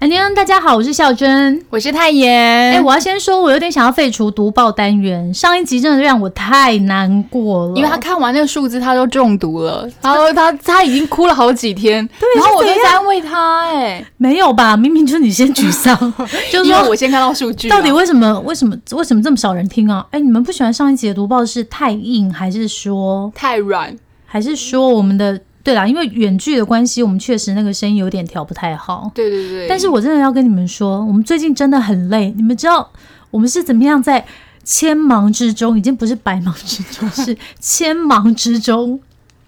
安妮，大家哎好，我是孝珍。我是泰妍哎、我要先说，我有点想要废除读报单元，上一集真的让我太难过了，因为他看完那个数字，他都中毒了，然后他他已经哭了好几天，然后我就在安慰他、哎，没有吧？明明就是你先沮 丧，就是因说为我先看到数据啊嘛，到底为什么？为什么？为什么这么少人听啊？哎、你们不喜欢上一集的读报是太硬，还是说，太软，还是说我们的？对啦，因为远距的关系，我们确实那个声音有点调不太好。对对对，但是我真的要跟你们说，我们最近真的很累。你们知道我们是怎么样在千忙之中，已经不是百忙之中， 是千忙之中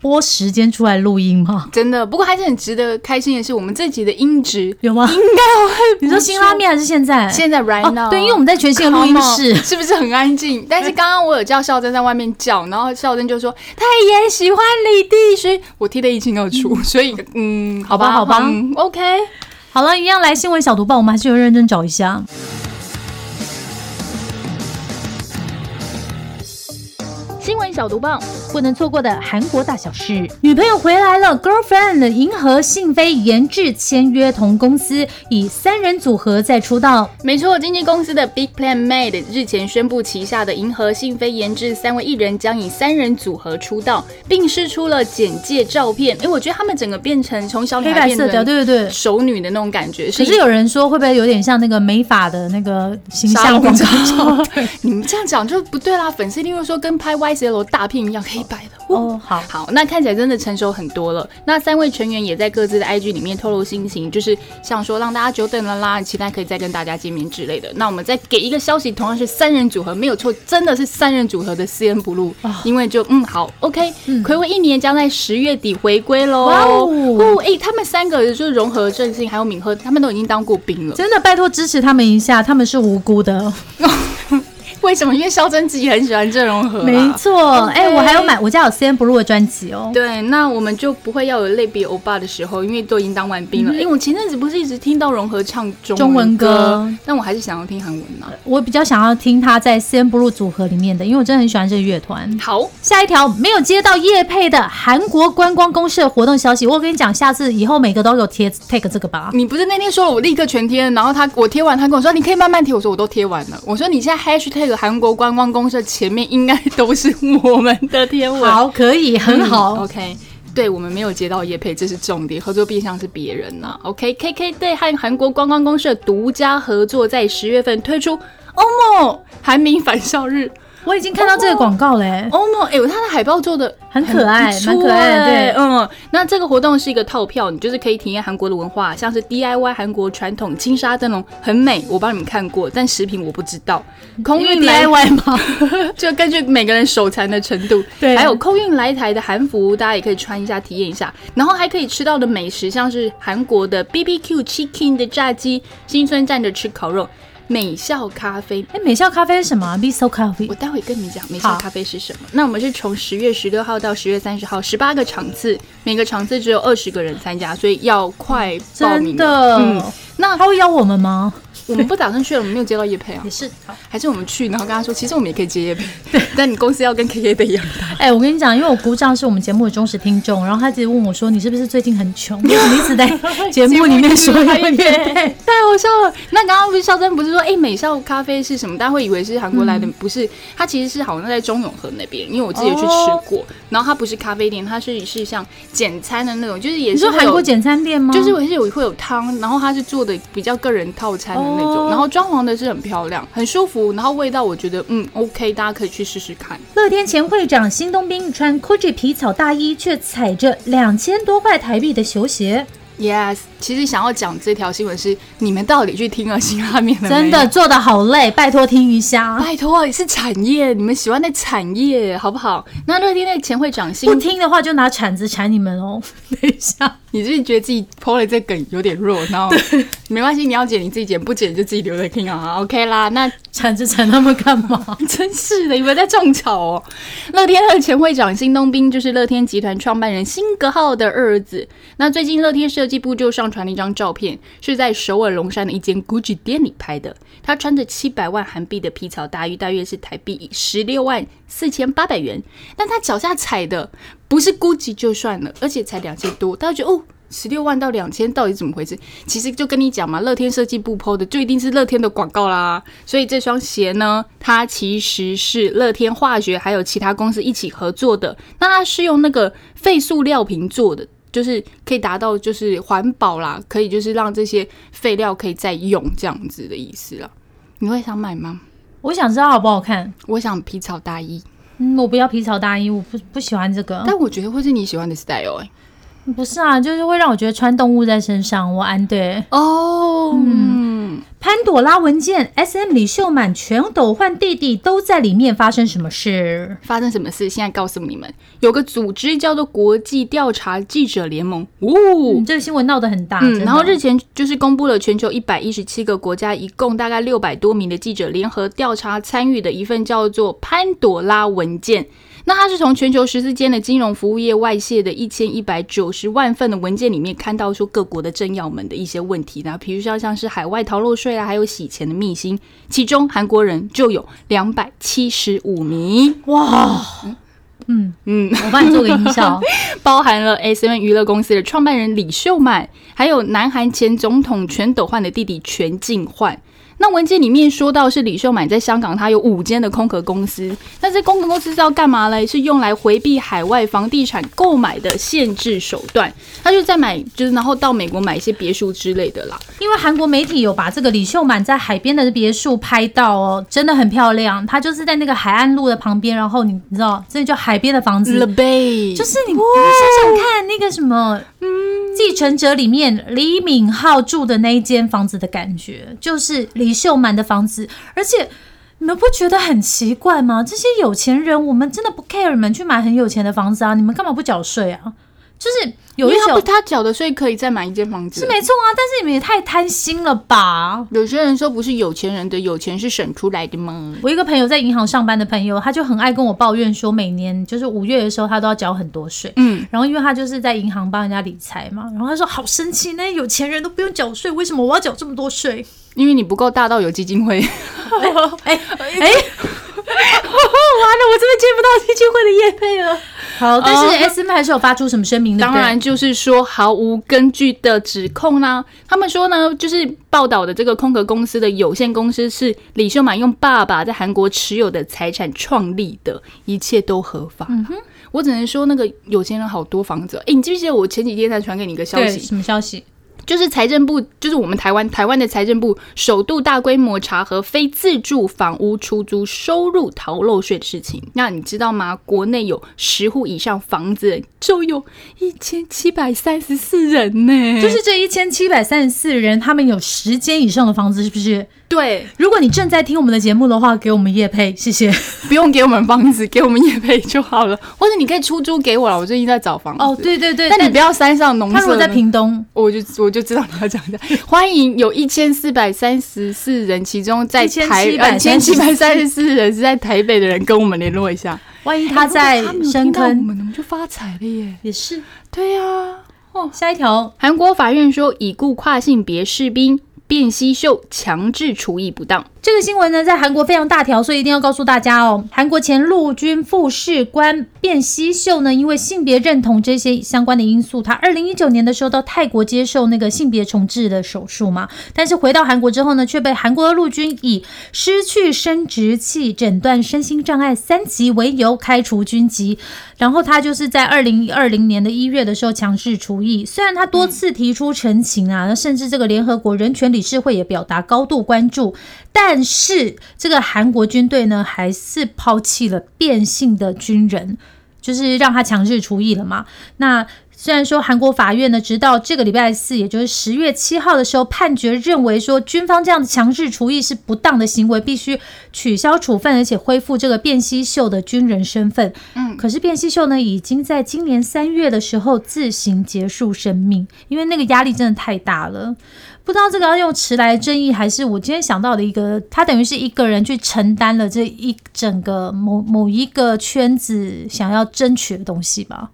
拨时间出来录音吗？真的，不过还是很值得开心的是，我们这集的音质有吗？应该会。你说新拉面还是现在？现在 right now，、哦，对，因为我们在全新的录音室。是不是很 安静？但是刚刚我有叫孝珍在外面叫，然后孝珍就说他也喜欢李弟，所以我听得一清二楚。所以嗯，好吧，好吧嗯，OK，好了，一样来新闻小读报，我们还是有认真找一下。新闻小毒棒，不能错过的韩国大小事。女朋友回来了，Girlfriend 银河信飞研制签约同公司，以三人组合再出道。没错，经纪公司的 Big Plan Made 日前宣布，旗下的银河信飞研制三位艺人将以三人组合出道，并试出了简介照片。哎，我觉得他们整个变成从小女黑孩白变色调，成对对对。熟女的那种感觉。可是是有人说会不会有点像那个美发的那个形沙象 龙广照 告？你们这样讲就不对啦，粉丝一定会说跟拍 YSL 大片一样黑白的。哦，好，好，那看起来真的成熟很多了。那三位成员也在各自的 IG 里面透露心情，就是想说让大家久等了啦，期待可以再跟大家见面之类的。那我们再给一个消息，同样是三人组合，没有错，真的是三人组合的 CN Blue，、因啊为就嗯好 OK，暌违一年将在十月底回归喽。嗯哇哦哦，哎、他们三个就是融合郑信还有敏赫，他们都已经当过兵了。真的拜托支持他们一下，他们是无辜的， 为什么？因为肖珍自己很喜欢郑容和、啊，没错。 OK 哎、我还有买，我家有 C N Blue 的专辑哦。对，那我们就不会要有类比欧巴的时候，因为都已经当完兵了。因为、我前阵子不是一直听到融合唱嗯中中文文歌但我还是想要听韩文啊嘛。我比较想要听他在 C N Blue 组合里面的，因为我真的很喜欢这个乐团。好，下一条没有接到业配的韩国观光公社活动消息，我跟你讲，下次以后每个都有贴 take 这个吧。你不是那天说了我立刻全贴，然后他我贴完，他跟我说你可以慢慢贴，我说我都贴完了。我说你现在 hashtag 韩国观光公社前面应该都是我们的贴文，好，可以，嗯，很好。 OK。对我们没有接到叶配，这是重点。合作对象是别人呐、OK，KK 队和韩国观光公社独家合作，在十月份推出欧梦韩民返校日我已经看到这个广告嘞、欧盟，哎、它的海报做的很可爱蛮可爱的对嗯，那这个活动是一个套票，你就是可以体验韩国的文化，像是 DIY 韩国传统金沙灯笼，很美，我帮你们看过，但食品我不知道。空因为运来 DIY 嘛，就根据每个人手残的程度，对还有空运来台的韩服，大家也可以穿一下体验一下，然后还可以吃到的美食，像是韩国的 BBQ Chicken 的炸鸡，新村站的吃烤肉，美笑咖啡，哎、美笑咖啡是什么啊？Biso Coffee 我。待会跟你们讲美好效咖啡是什么。那我们是从十月十六号到十月三十号，十八个场次，每个场次只有二十个人参加，所以要快报真名。的、嗯那他会邀我们吗？我们不打算去了，我们没有接到叶配 啊也，是。还是我们去，然后跟他说，其实我们也可以接叶配， 但你公司要跟 KK 的一样大。哎、我跟你讲，因为我姑丈是我们节目的忠实听众，然后他直接问我说：“你是不是最近很 穷？为什么一直在节目里面 说要业配太好笑了！那刚刚不是肖珍不是说，哎、美效咖啡是什么？大家会以为是韩国来的，不是，它其实是好像在中永和那边，因为我自己有去吃哦过。然后它不是咖啡店，它是是像简餐的那种，就是？”也你是说会有韩国简餐店吗？就是我是有会有汤，然后它是做的比较个人套餐的那种，哦然后装潢的是很漂亮，很舒服，然后味道我觉得嗯 OK，大家可以去试试看。乐天前会长新东兵穿 Gucci 皮草大衣，却踩着两千多块台币的球鞋， Yes，其实想要讲这条新闻是你们到底去听了新拉面了没真的？做的好累，拜托听一下。拜托，是产业，你们喜欢的产业好不好？那乐天的前会长新 不听的话就拿铲子铲你们哦！等一下，你自己觉得自己抛了这梗有点弱，然后没关系，你要剪你自己剪，不剪就自己留着听啊，OK 啦。那缠着缠他们干嘛？ 真是的，你们在种草哦！乐天二前会长辛东斌就是乐天集团创办人辛格浩的二儿子。那最近乐天设计部就上传了一张照片，是在首尔龙山的一间 GUCCI 店里拍的。他穿着七百万韩币的皮草大衣，大约是台币十六万四千八百元，但他脚下踩的不是 GUCCI 就算了，而且才两千多，大家觉得哦。十六万到两千到底怎么回事？其实就跟你讲嘛，乐天设计部 PO 的就一定是乐天的广告啦。所以这双鞋呢，它其实是乐天化学还有其他公司一起合作的。那它是用那个废塑料瓶做的，就是可以达到就是环保啦，可以就是让这些废料可以再用这样子的意思啦。你会想买吗？我想知道好不好看。我想皮草大衣，嗯，我不要皮草大衣，我不不喜欢这个。但我觉得会是你喜欢的 style 哎、不是啊，就是会让我觉得穿动物在身上，我安对。哦，嗯，潘朵拉文件，S M 李秀满、全斗焕弟弟都在里面，发生什么事？发生什么事？现在告诉你们，有个组织叫做国际调查记者联盟，哦嗯，，这个新闻闹得很大。真嗯，的然后日前就是公布了全球一百一十七个国家，一共大概六百多名的记者联合调查参与的一份叫做《潘朵拉文件》。那它是从全球十四间的金融服务业外泄的一千一百九十万份的文件里面，看到说各国的政要们的一些问题那比如说像是海外逃漏税啊，还有洗钱的秘辛，其中韩国人就有两百七十五名。哇，嗯嗯，我帮你做个音效。包含了 S M 娱乐公司的创办人李秀满，还有南韩前总统全斗焕的弟弟全敬焕。那文件里面说到是李秀满在香港，他有五间的空壳公司，那这空壳公司是要干嘛嘞？是用来回避海外房地产购买的限制手段，他就在买，就是然后到美国买一些别墅之类的啦。因为韩国媒体有把这个李秀满在海边的别墅拍到哦，真的很漂亮。它就是在那个海岸路的旁边，然后你你知道，这叫海边的房嗯子， Bay 就是你你想想看那个什么，嗯，继承者里面李敏镐住的那一间房子的感觉，就是李秀满的房子，而且。你们不觉得很奇怪吗？这些有钱人，我们真的不 care 你们去买很有钱的房子啊，你们干嘛不缴税啊？就是有因一为他种不他缴的税可以再买一间房子是。没错啊，但是你们也太贪心了吧！有些人说不是有钱人的有钱是省出来的吗？我一个朋友在银行上班的朋友，他就很爱跟我抱怨说，每年就是五月的时候，他都要缴很多税。嗯，然后因为他就是在银行帮人家理财嘛，然后他说好生气，那些有钱人都不用缴税，为什么我要缴这么多 税？因为你不够大到有基金会。哎哎， 完了，我真的接不到基金会的业配了。好，但是哦 S M 还是有发出什么声明，对不当对？然，就是说毫无根据的指控啦、他们说呢，就是报道的这个空壳公司的有限公司是李秀满用爸爸在韩国持有的财产创立的，一切都合法。嗯哼，我只能说那个有钱人好多房子哦。哎、你记不记得我前几天才传给你一个消对息？什么消息？就是财政部，就是我们台湾台湾的财政部首度大规模查核非自住房屋出租收入逃漏税的事情。那你知道吗？国内有十户以上房子就有一千七百三十四人呢，就是这一千七百三十四人，他们有十间以上的房子，是不是？对，如果你正在听我们的节目的话，给我们业配，谢谢。不用给我们房子，给我们业配就好了，或者你可以出租给我了。我最近在找房 子哦，，对对对，但你不要山上农他如舍果在呢屏东，我就我就知道你要讲 的。欢迎有一千四百三十四人，其中在台呃1734千七百三十四人是在台北的人，跟我们联络一下。万一他在如果没有深听到我坑，们我们就发财了耶！也是。对啊呀、下一条，韩国法院说，已故跨性别士兵卞熙秀强制厨艺不当。这个新闻呢，在韩国非常大条，所以一定要告诉大家哦。韩国前陆军副士官卞熙秀呢，因为性别认同这些相关的因素，他二零一九年的时候到泰国接受那个性别重置的手术嘛，但是回到韩国之后呢，却被韩国的陆军以失去生殖器诊断身心障碍三级为由开除军籍。然后他就是在二零二零年的一月的时候强制除役，虽然他多次提出陈情啊，那甚至这个联合国人权理事会也表达高度关注，但是这个韩国军队呢，还是抛弃了变性的军人。就是让他强制除役了嘛？那虽然说韩国法院呢，直到这个礼拜四，也就是十月七号的时候，判决认为说军方这样的强制除役是不当的行为，必须取消处分，而且恢复这个卞熙秀的军人身份。嗯可是卞熙秀呢，已经在今年三月的时候自行结束生命，因为那个压力真的太大了。不知道这个要用迟来的正义，还是我今天想到的一个，他等于是一个人去承担了这一整个某某一个圈子想要争取的东西吧。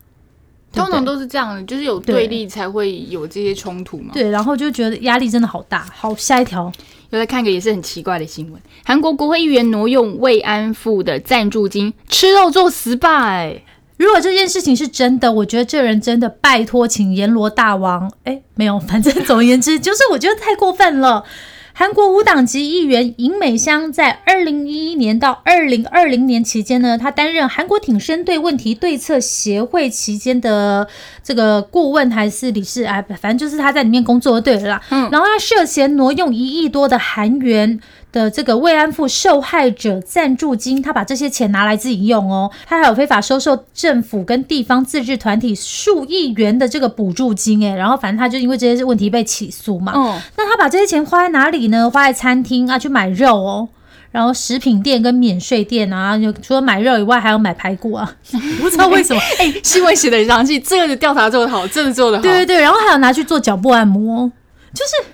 对不通对常都是这样的，就是有对立才会有这些冲突嘛。对，然后就觉得压力真的好大。好，下一条，又来看一个也是很奇怪的新闻：韩国国会议员挪用慰安妇的赞助金吃肉做 SPA，哎，如果这件事情是真的，我觉得这人真的拜托，请阎罗大王。哎，没有，反正总而言之，就是我觉得太过分了。韩国无党籍议员尹美香在二零一一年到二零二零年期间呢，她担任韩国挺身队问题对策协会期间的这个顾问还是理事，哎，反正就是她在里面工作就对了啦。嗯然后她涉嫌挪用一亿多的韩元的这个慰安妇受害者赞助金，她把这些钱拿来自己用哦。她还有非法收受政府跟地方自治团体数亿元的这个补助金，哎，然后反正她就因为这些问题被起诉嘛。嗯，那他把这些钱花在哪里呢？花在餐厅啊，去买肉哦。然后食品店跟免税店啊，就除了买肉以外，还要买排骨 啊，不知道为什么。哎、 新闻写的很详细，这个调查做得好，真的做得好。对对对，然后还有拿去做脚部按摩，就是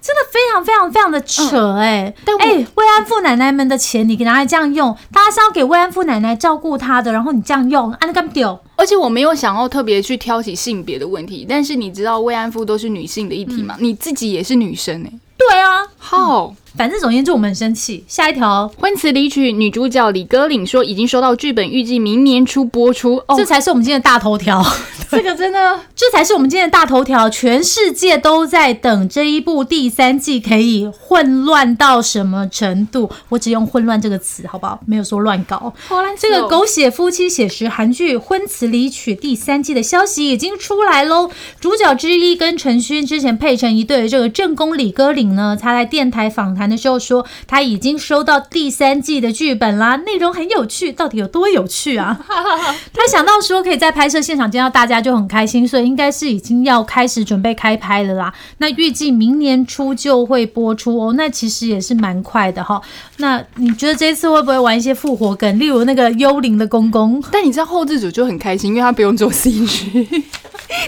真的非常非常非常的扯哎、嗯但我哎、慰安妇奶奶们的钱你给拿来这样用，大家是要给慰安妇奶奶照顾她的，然后你这样用，按干丢。而且我没有想要特别去挑起性别的问题，但是你知道慰安妇都是女性的议题嘛？你自己也是女生哎、对啊，嗯好、反正总而言之我们很生气。下一条，婚词离曲，女主角李歌领说已经收到剧本，预计明年初播出。哦这，才是我们今天的大头条。这个真的这才是我们今天的大头条，全世界都在等这一部第三季可以混乱到什么程度。我只用“混乱”这个词，好不好？没有说乱搞。 好烂，这个狗血夫妻写实韩剧《婚词离曲》第三季的消息已经出来喽。主角之一跟陈勋之前配成一对的这个正宫李歌领呢，他在电台访谈的时候说，他已经收到第三季的剧本啦，内容很有趣，到底有多有趣啊？他想到说可以在拍摄现场见到大家就很开心，所以应该是已经要开始准备开拍了啦。那预计明年初就会播出哦，那其实也是蛮快的哈。那你觉得这次会不会玩一些复活梗，例如那个幽灵的公公？但你知道后置组就很开心，因为他不用做 CG，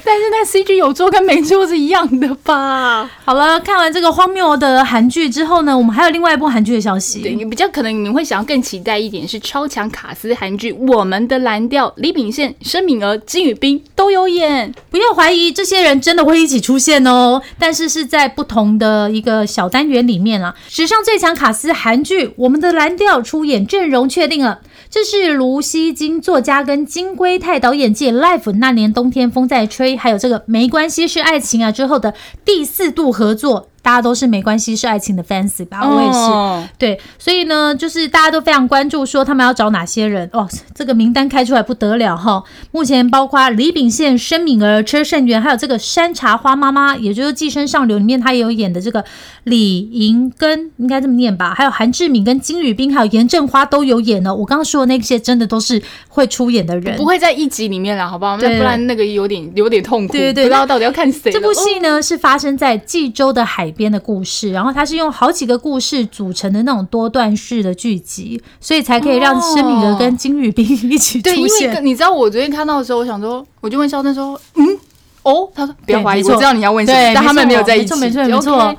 但是那 CG 有做跟没做是一样的吧？好了，看完这个荒谬的韩剧之后呢，我们还有另外一部韩剧的消对，息。你比较可能你会想要更期待一点是超强卡斯韩剧《我们的蓝调》，李秉宪、申敏儿、金宇彬都有演。不要怀疑这些人真的会一起出现哦，但是是在不同的一个小单元里面啦。史上最强卡司韩剧《我们的蓝调》出演阵容确定了。这是卢锡金作家跟金龟泰导演继《Life》那年冬天风在吹，还有这个没关系是爱情啊之后的第四度合作，大家都是没关系是爱情的 fans 吧？啊我也是。哦对，所以呢，就是大家都非常关注，说他们要找哪些人哦。这个名单开出来不得了哈！目前包括李秉宪、申敏儿、车胜元，还有这个山茶花妈妈，也就是《寄生上流》里面她也有演的这个李银根，应该这么念吧？还有韩志敏、跟金宇彬，还有严正花都有演哦。我刚刚说的那些，真的都是会出演的人嗯不。会在一集里面了，好不好？对那不然那个有点有点痛苦，对对对不知道到底要看谁了。这部哦戏呢是发生在济州的海边的故事，然后它是用好几个故事组成的那种多段式的剧集，所以才可以让哦申敏儿跟金宇彬一起对，因出为现。你知道我昨天看到的时候，我想说，我就问肖正说，嗯，哦，他说不要怀疑，没错我知道你要问什对么，但他们没错有在一起，没错没错没错 OK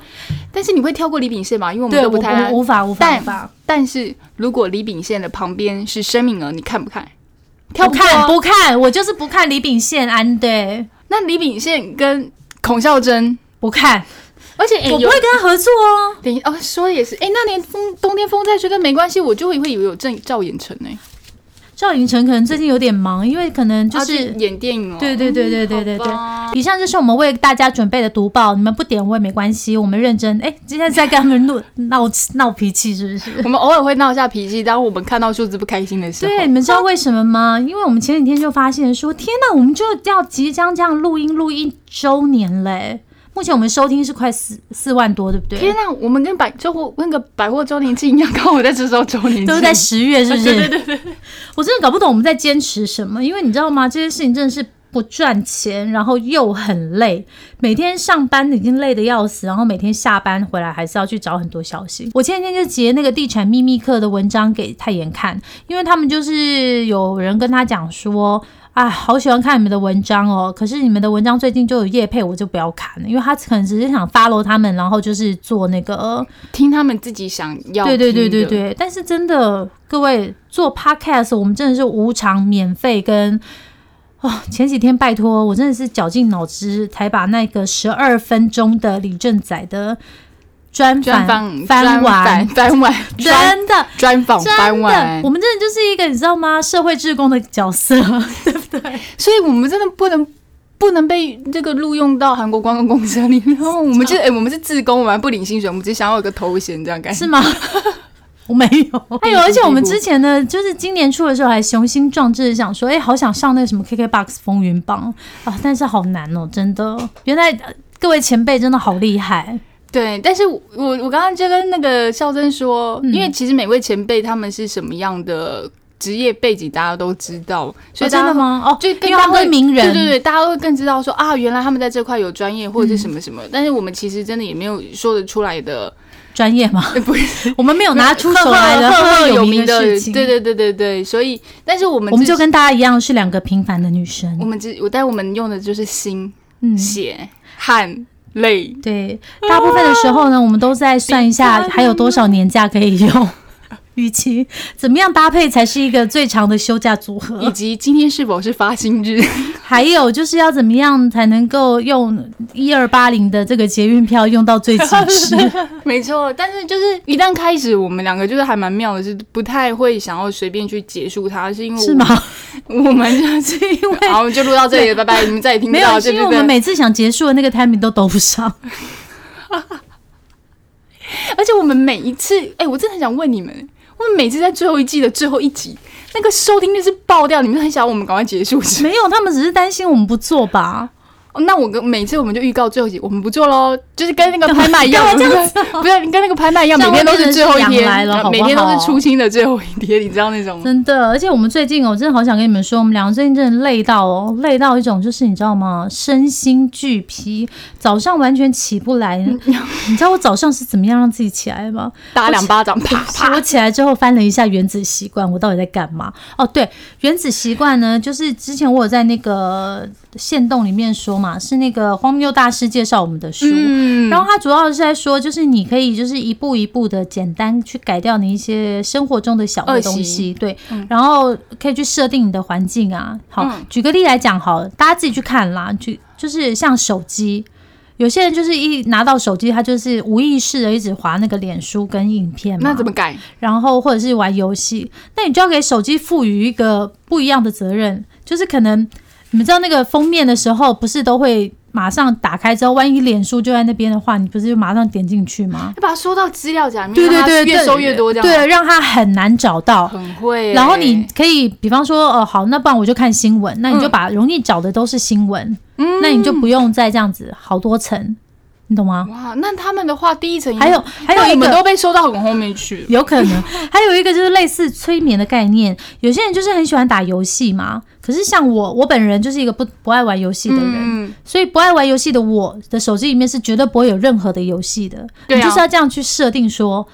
但是你会跳过李秉宪吗？因为我们对，都我不太我无。法无法无但法，但是如果李秉宪的旁边是申敏儿，你看不看？跳不过啊看不看，我就是不看李秉宪安对，那李秉宪跟孔孝真，不看，而且哎，我不有会跟他合作哦。等一哦，说的也是，哎，那年风冬天风再吹跟没关系，我就会会以为有郑赵寅成呢，赵寅成可能最近有点忙，因为可能就他是去演电影哦，对对对对对对对好吧。以上就是我们为大家准备的读报，你们不点我也没关系，我们认真。哎，今天是在跟他们怒闹闹脾气是不是？我们偶尔会闹一下脾气，当我们看到数字不开心的时候，对，你们知道为什么 吗？因为我们前几天就发现说，天哪，我们就要即将这样录音录一周年嘞、目前我们收听是快四四万多，对不对？天呐，我们跟百就我那个百货周年庆一样，刚好我在这时候周年庆，都是在十月，是不是？对对对对我真的搞不懂我们在坚持什么，因为你知道吗？这些事情真的是不赚钱，然后又很累，每天上班已经累得要死，然后每天下班回来还是要去找很多消息。我前几天就截那个地产秘密课的文章给泰妍看，因为他们就是有人跟他讲说。啊，好喜欢看你们的文章哦！可是你们的文章最近就有业配，我就不要看了，因为他可能只是想 follow 他们，然后就是做那个听他们自己想要。对对对对，对，但是真的，各位做 podcast，我们真的是无偿、免费跟哦，前几天拜托，我真的是绞尽脑汁才把那个十二分钟的李正宰的专专访访翻完，翻完专真的。专访翻真的完，我，们真的就是一个你知道吗？社会志工的角色， 对不对？所以我们真的不能。不能被这个录用到韩国观光公司里，然后 我们就哎、啊我们是自工，我们还不领薪水，我们只想要有个头衔这样感觉。是吗？ 我没有，还有，而且我们之前呢，就是今年初的时候还雄心壮志地想说，哎、好想上那个什么 KKBOX 风云榜啊，但是好难哦，真的。原来、呃各位前辈真的好厉害，对，但是我我我刚刚就跟那个孝珍说，嗯因为其实每位前辈他们是什么样的职业背景，大家都知道，所哦真以大家的会？吗？哦，就因更为加他们会是名人，对对对，大家会更知道说啊，原来他们在这块有专业或者是什么什么，嗯但是我们其实真的也没有说得出来的，专业嘛，哎不是 我们没有拿出手赫赫来的赫赫有名的事情，对对对对对，所以但是我们我们自就跟大家一样是两个平凡的女生我，们只我但我们用的就是心、嗯。血、汗、泪，对，大部分的时候呢，我们都在算一下还有多少年假可以用， 与其怎么样搭配才是一个最长的休假组以合，及今天是否是发薪 日。还有就是要怎么样才能够用一二八零的这个捷运票用到最极 致。没错，但是就是一旦开始，我们两个就是还蛮妙的，是不太会想要随便去结束它，是因为我是吗？ 我们 就是因为好，我们就录到这里了，拜拜，你们再也听不没到，有，对是因为不我们对？每次想结束的那个 timing 都兜不上。而且我们每一次，哎、我真的很想问你们，我们每次在最后一季的最后一集，那个收听率是爆掉，你们很想要我们赶快结束是 吗？没有，他们只是担心我们不做吧？ 哦那我跟每次我们就预告最后一集，我们不做喽，就是跟 那个拍卖一啊样，干嘛这样不是跟那个拍卖一样，这每样天都是最后一我变成是天，羊来了好不好每天都是出清的最后一天，你知道那 种？真的，而且我们最近哦，我真的好想跟你们说，我们两个最近真的累到哦，累到一种就是你知道吗？身心俱疲，早上完全起不 来。你知道我早上是怎么样让自己起来吗？打两巴掌，啪是我啪，起来之后翻了一下《原子习惯》，我到底在干嘛？哦，对，《原子习惯》呢，就是之前我有在那个线动里面说嘛，是那个荒谬大师介绍我们的书。嗯然后他主要是在说，就是你可以就是一步一步的简单去改掉你一些生活中的小的东恶西，习对，嗯然后可以去设定你的环境啊。好，嗯举个例来讲，好了，大家自己去看啦，举就是像手机。有些人就是一拿到手机，他就是无意识的一直滑那个脸书跟影片嘛，那怎么改？然后或者是玩游戏，那你就要给手机赋予一个不一样的责任，就是可能嗯你们知道那个封面的时候，不是都会马上打开之后，万一脸书就在那边的话，你不是就马上点进去吗？要把它收到资料夹里面，对对嗯让它对，越对收越多这样。，对，让他很难找到。很会欸。然后你可以，比方说，哦，好，那不然我就看新闻，那你就嗯把容易找的都是新闻，嗯那你就不用再这样子好多层，你懂吗？哇，那他们的话，第一层还有已经，还有那一个我们都被收到很后面去了。有可能。 还有一个就是类似催眠的概念，有些人就是很喜欢打游戏嘛。可是像我，我本人就是一个不不爱玩游戏的人，嗯，所以不爱玩游戏的我的手机里面是绝对不会有任何的游戏的。对啊你就是要这样去设定说。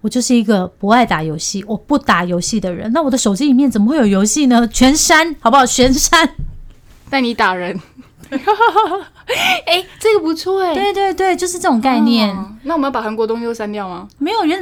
我就是一个不爱打游戏，我不打游戏的人。那我的手机里面怎么会有游戏呢？全删，好不好？全删。带你打人。哎，这个不错哎，对对对，就是这种概念。哦那我们要把韩国东西都删掉吗？没有人，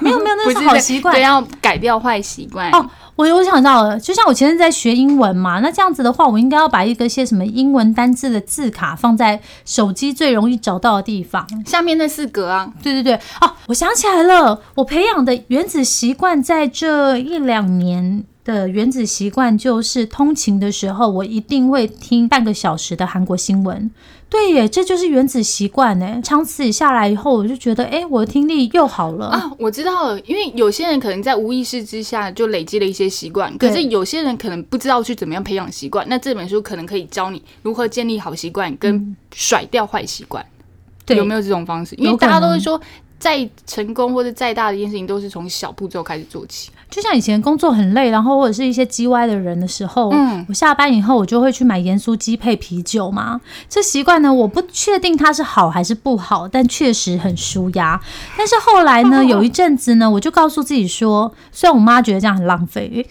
没有没有，那是 不好习惯对，。要改掉坏习惯。哦我我想到了，就像我前阵在学英文嘛，那这样子的话，我应该要把一个些什么英文单字的字卡放在手机最容易找到的地方。下面那四格啊，对对对，哦，我想起来了，我培养的原子习惯在这一两年。的原子习惯就是通勤的时候，我一定会听半个小时的韩国新闻。对耶，这就是原子习惯哎。长此下来以后，我就觉得，哎，我的听力又好了。啊，我知道了，因为有些人可能在无意识之下就累积了一些习惯，可对是有些人可能不知道去怎么样培养习惯。那这本书可能可以教你如何建立好习惯跟甩掉坏习惯，嗯对，有没有这种方式？因有为可大家都会能说再成功或者再大的一件事情，都是从小步骤开始做起。就像以前工作很累，然后或者是一些叽歪的人的时候，嗯我下班以后我就会去买盐酥鸡配啤酒嘛。这习惯呢，我不确定它是好还是不好，但确实很舒压。但是后来 呢，有一阵子呢，我就告诉自己说，虽然我妈觉得这样很浪费。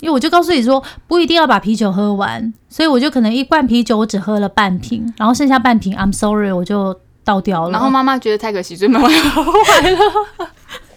因为我就告诉自己说，不一定要把啤酒喝完，所以我就可能一罐啤酒我只喝了半瓶，然后剩下半瓶，I'm sorry，我就倒掉了。然后妈妈觉得太可惜，所以妈妈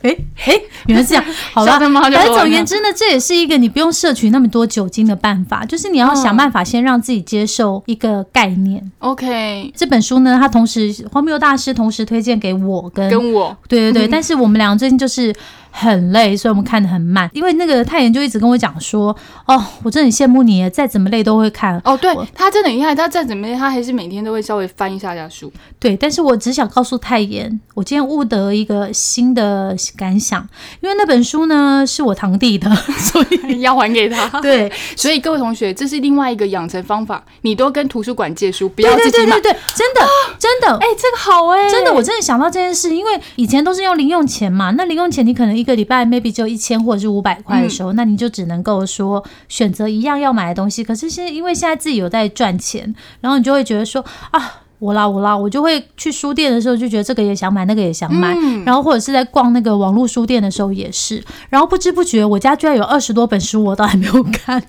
诶诶，原来是这 样，好吧笑得妈妈。就反正喝完总言了之呢，这也是一个你不用摄取那么多酒精的办法，就是你要想办法先让自己接受一个概念。 OK 这本书呢，它同时荒谬大师同时推荐给我跟。跟我对对对，但是我们两个最近就是很累，所以我们看得很慢。因为那个泰妍就一直跟我讲说，哦，我真的很羡慕你耶，再怎么累都会看。哦，对我他真的很厉害，他再怎么样，他还是每天都会稍微翻一下下书。 对，但是我只想告诉泰妍，我今天悟得一个新的感想，因为那本书呢是我堂弟的，所以要还给他。对，所以各位同学，这是另外一个养成方法，你多跟图书馆借书，不对要对自对己买对。对，真的真的。哎、这个好哎、真的，我真的想到这件事，因为以前都是用零用钱嘛，那零用钱你可能一个礼拜 maybe 就一千或者是五百块的时候，那你就只能够说选择一样要买的东西。可是现在因为现在自己有在赚钱，然后你就会觉得说啊，我啦我啦，我就会去书店的时候就觉得这个也想买，那个也想嗯买，然后或者是在逛那个网络书店的时候也是，然后不知不觉我家居然有二十多本书，我都还没有看。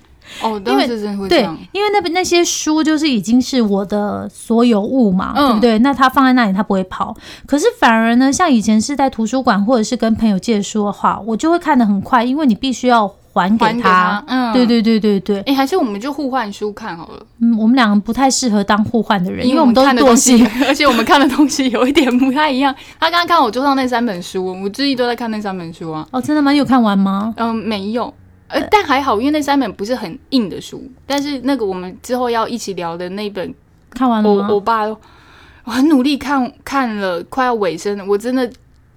哦，因当为时真的会这对样。，因为那本那些书就是已经是我的所有物嘛，嗯对不对？那它放在那里，它不会跑。可是反而呢，像以前是在图书馆或者是跟朋友借书的话，我就会看得很快，因为你必须要还给他。还给他嗯对对对对对，哎、还是我们就互换书看好了，嗯，我们两个不太适合当互换的人，因为我我们都是们看的惰东西 性。，而且我们看的东西有一点不太一样。他刚刚看我桌上那三本书，我最近都在看那三本书啊。哦，真的吗？你有看完吗？嗯，没有，呃，但还好，因为那三本不是很硬的书。但是那个我们之后要一起聊的那本，看完了我我嗯吗？爸我很努力看看了，快要尾声了，我真的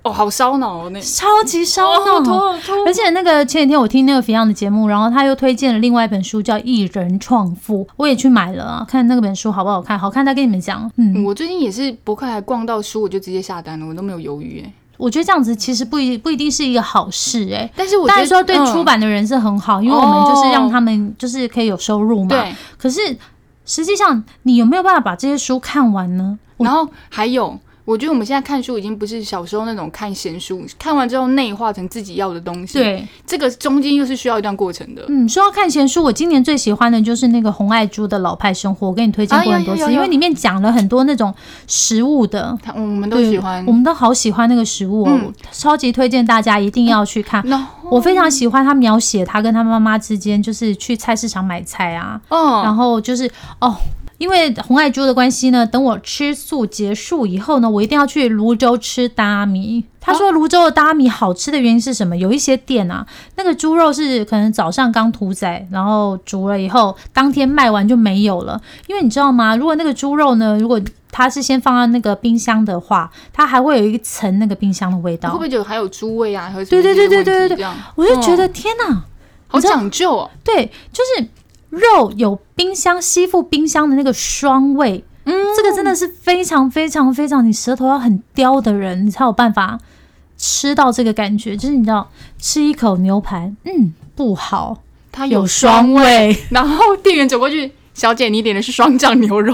哦，好烧脑哦，那超级烧哦好脑。嗯痛好痛 而且那个前几天我听那个 Fion 的节目，然后他又推荐了另外一本书叫《一人创富》，我也去买了啊，看那个本书好不好看，好看再跟你们讲。嗯，我最近也是博客还逛到书，我就直接下单了，我都没有犹豫哎、我觉得这样子其实不一不一定是一个好事哎、但是我觉当得然说对嗯出版的人是很好，因为我们就是让他们就是可以有收入嘛。对，可是实际上你有没有办法把这些书看完呢？然后还有。我觉得我们现在看书已经不是小时候那种看闲书，看完之后内化成自己要的东西。，对，这个中间又是需要一段过程的。嗯，说到看闲书，我今年最喜欢的就是那个红爱珠的《老派生活》，我跟你推荐过很多次，啊有有有有因为里面讲了很多那种食物的。他我们都对喜欢我。们都好喜欢那个食物哦，嗯我超级推荐大家一定要去看。然后，我非常喜欢他描写他跟他妈妈之间，就是去菜市场买菜啊，然嗯，后就是哦。因为红爱珠的关系呢，等我吃素结束以后呢，我一定要去泸州吃大米。他说泸州的大米好吃的原因是什么？有一些店啊，那个猪肉是可能早上刚屠宰，然后煮了以后，当天卖完就没有了。因为你知道吗？如果那个猪肉呢，如果它是先放在那个冰箱的话，它还会有一层那个冰箱的味会道不。会觉得还有猪味啊？还有什嗯对么对这些对对对对问题对这样我就觉嗯得天哪，好你知道讲究哦。对，就是肉有冰箱吸附冰箱的那个霜味，嗯，这个真的是非常非常非常，你舌头要很刁的人，你才有办法吃到这个感觉。就是你知道，吃一口牛排，嗯，不好，它有有霜双，味。 然后店员走过去，小姐，你点的是双酱牛肉。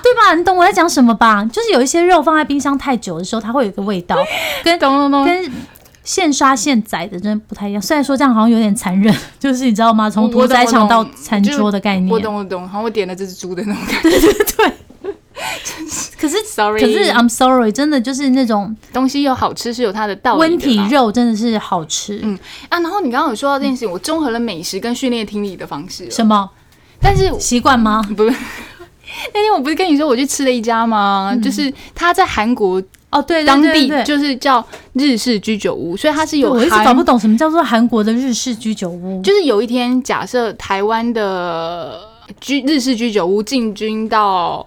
对吧？你懂我在讲什么吧？就是有一些肉放在冰箱太久的时候，它会有一个味道， 懂懂懂。 跟现杀现宰的真的不太一样。虽然说这样好像有点残忍，就是你知道吗？从我屠懂宰我场懂到餐就是桌的概念，我懂我懂，然后我点了这只猪的那种感觉。 可是。 Sorry，可是啊 I'm sorry，真的就是那种东西又好吃是有它的道理的啦。温体肉真的是好吃。嗯啊，然后你刚刚有说到这件事情，我综合了美食跟训练听力的方式了。哦什么但是习惯吗？不是那天我不是跟你说我去吃了一家吗？就是他在韩国哦，对对当嗯对地对对，就是叫日式居酒屋，所以它是对有我一直韩搞不懂什么叫做韩国的日式居酒 屋。就是有一天，假设台湾的居日式居酒屋进军到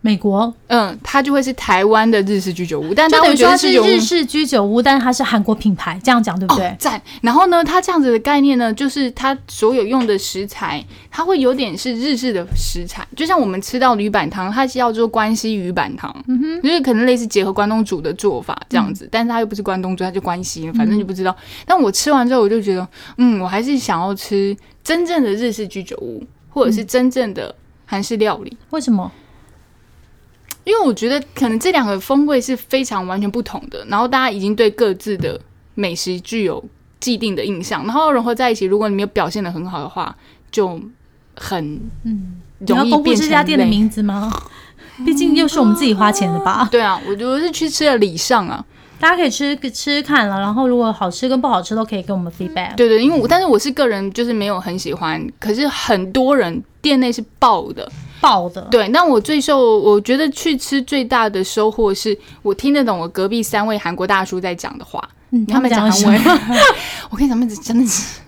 美国，嗯，它就会是台湾的日式居酒屋，但就大家等于会说觉它是得居酒屋日式居酒屋，但是它是韩国品牌，这样讲对不对哦？赞、然后呢，它这样子的概念呢，就是它所有用的食材，它会有点是日式的食材，就像我们吃到鱼板汤，它是叫做关西鱼板汤，嗯哼，就是可能类似结合关东煮的做法这样子，但是它又不是关东煮，它就关西，反正就不知道。嗯但我吃完之后，我就觉得，嗯，我还是想要吃真正的日式居酒屋，或者是嗯真正的韩式料理。为什么？因为我觉得可能这两个风味是非常完全不同的，然后大家已经对各自的美食具有既定的印象，然后融合在一起，如果你没有表现的很好的话，就很嗯，你要容易公布变这成家店的累名字吗？ 毕竟又是我们自己花钱的吧，对啊，我我是去吃了礼尚啊，大家可以吃吃看了，然后如果好吃跟不好吃都可以给我们 feedback。对对，因为我但是我是个人就是没有很喜欢，可是很多人店内是爆的，爆的，对，那我最受，我觉得去吃最大的收获是我听得懂我隔壁三位韩国大叔在讲的话，嗯他们讲的韩什么？文， 我跟你讲，他们真的是，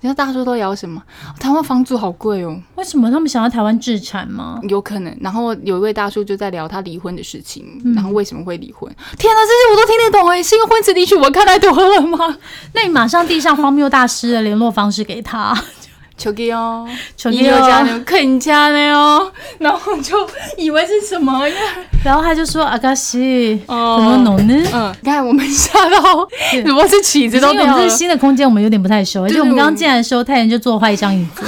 你知道大叔都聊什么？台湾房租好贵哦，为什么他们想要台湾制产吗？ 有可能。然后有一位大叔就在聊他离婚的事情，嗯然后为什么会离婚？天哪，这些我都听得懂哎，是因为婚词离曲我看太多了吗？那你马上递上荒谬大师的联络方式给 他，求给哦，求一给六哦加牛，肯加呢哦，然后就以为是什么，因为然后他就说阿嘎西，怎哦么弄呢？嗯，你看我们吓到，对只不过是曲子因为都我掉们这了是。新的空间，我们有点不太熟，而且对我们我刚刚们进来的时候，泰妍就坐坏一张椅子。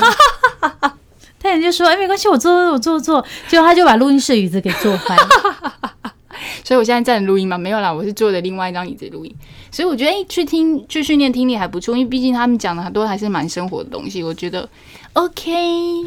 泰妍就说：“哎，没关系，我坐我坐坐。”结果他就把录音室的椅子给坐坏。 所以我现在站着录音嘛，没有啦，我是坐着另外一张椅子录音。所以我觉得，哎、去听去训练听力还不错，因为毕竟他们讲的很多还是蛮生活的东西，我觉得 OK。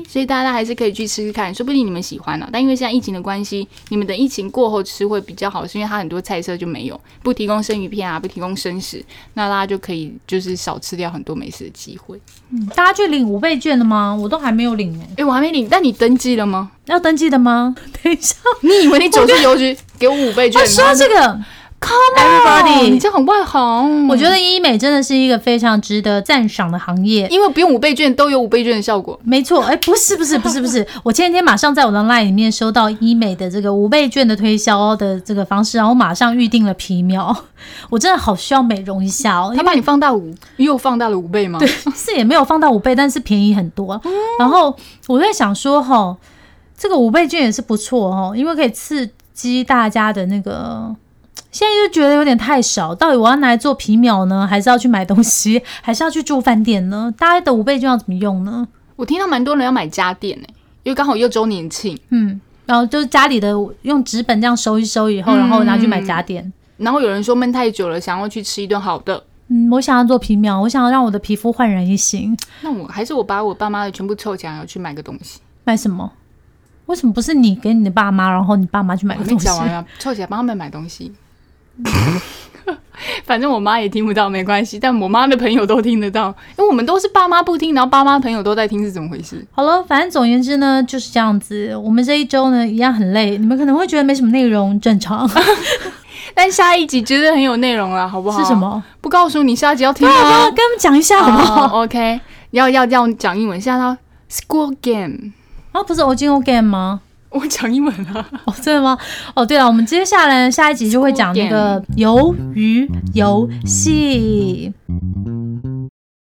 所以大家还是可以去吃吃看，说不定你们喜欢呢、但因为现在疫情的关系，你们等疫情过后吃会比较好，是因为它很多菜色就没有，不提供生鱼片啊，不提供生食，那大家就可以就是少吃掉很多美食的机会。嗯大家去领五倍券了吗？我都还没有领哎，哎、我还没领，但你登记了吗？要登记的吗？ 等一下，你以为你走去邮局给我五倍券？哦说到这个，哦 Everybody 你这样很外行。我觉得医美真的是一个非常值得赞赏的行业。因为不用五倍券都有五倍券的效果。没错，哎、不是不是不是不是，我前几天马上在我的 LINE 里面收到医美的这个五倍券的推销的这个方式，然后马上预定了皮秒， 我真的好需要美容一下 哦，他因把为你放大五，又放大了五倍吗？对，是也没有放到五倍，但是便宜很多。然后我在想说，哈，这个五倍券也是不错哦，因为可以刺激大家的那个。现在就觉得有点太少，到底我要拿来做皮秒呢，还是要去买东西，还是要去住饭店呢？大家的五倍券要怎么用呢？我听到蛮多人要买家电呢、因为刚好又周年庆，嗯，然后就是家里的用纸本这样收一收以后，然后拿去买家电。然后有人说闷太久了，想要去吃一顿好的。嗯，我想要做皮秒，我想要让我的皮肤焕然一新。那我还是我把我爸妈的全部凑起来，我去买个东西。买什么？为什么不是你给你的爸妈，然后你爸妈去买我个还没东西讲？完啊，凑起来帮他们买东西。 反正我妈也听不到，没关系。但我妈的朋友都听得到，因为我们都是爸妈不听，然后爸妈朋友都在听，是怎么回事？好了，反正总而言之呢，就是这样子。我们这一周呢，一样很累，你们可能会觉得没什么内容，正常。但下一集绝对很有内容了，好不 好？是什？么？不告诉你，下一集要听对啊，啊跟。他们讲一下好不好？ o k 哦要要要讲英文，现在到 school game，啊，不是 o g o game 吗？我讲英文啊了。哦，真的吗？哦，对了，我们接下来下一集就会讲那个鱿鱼游戏。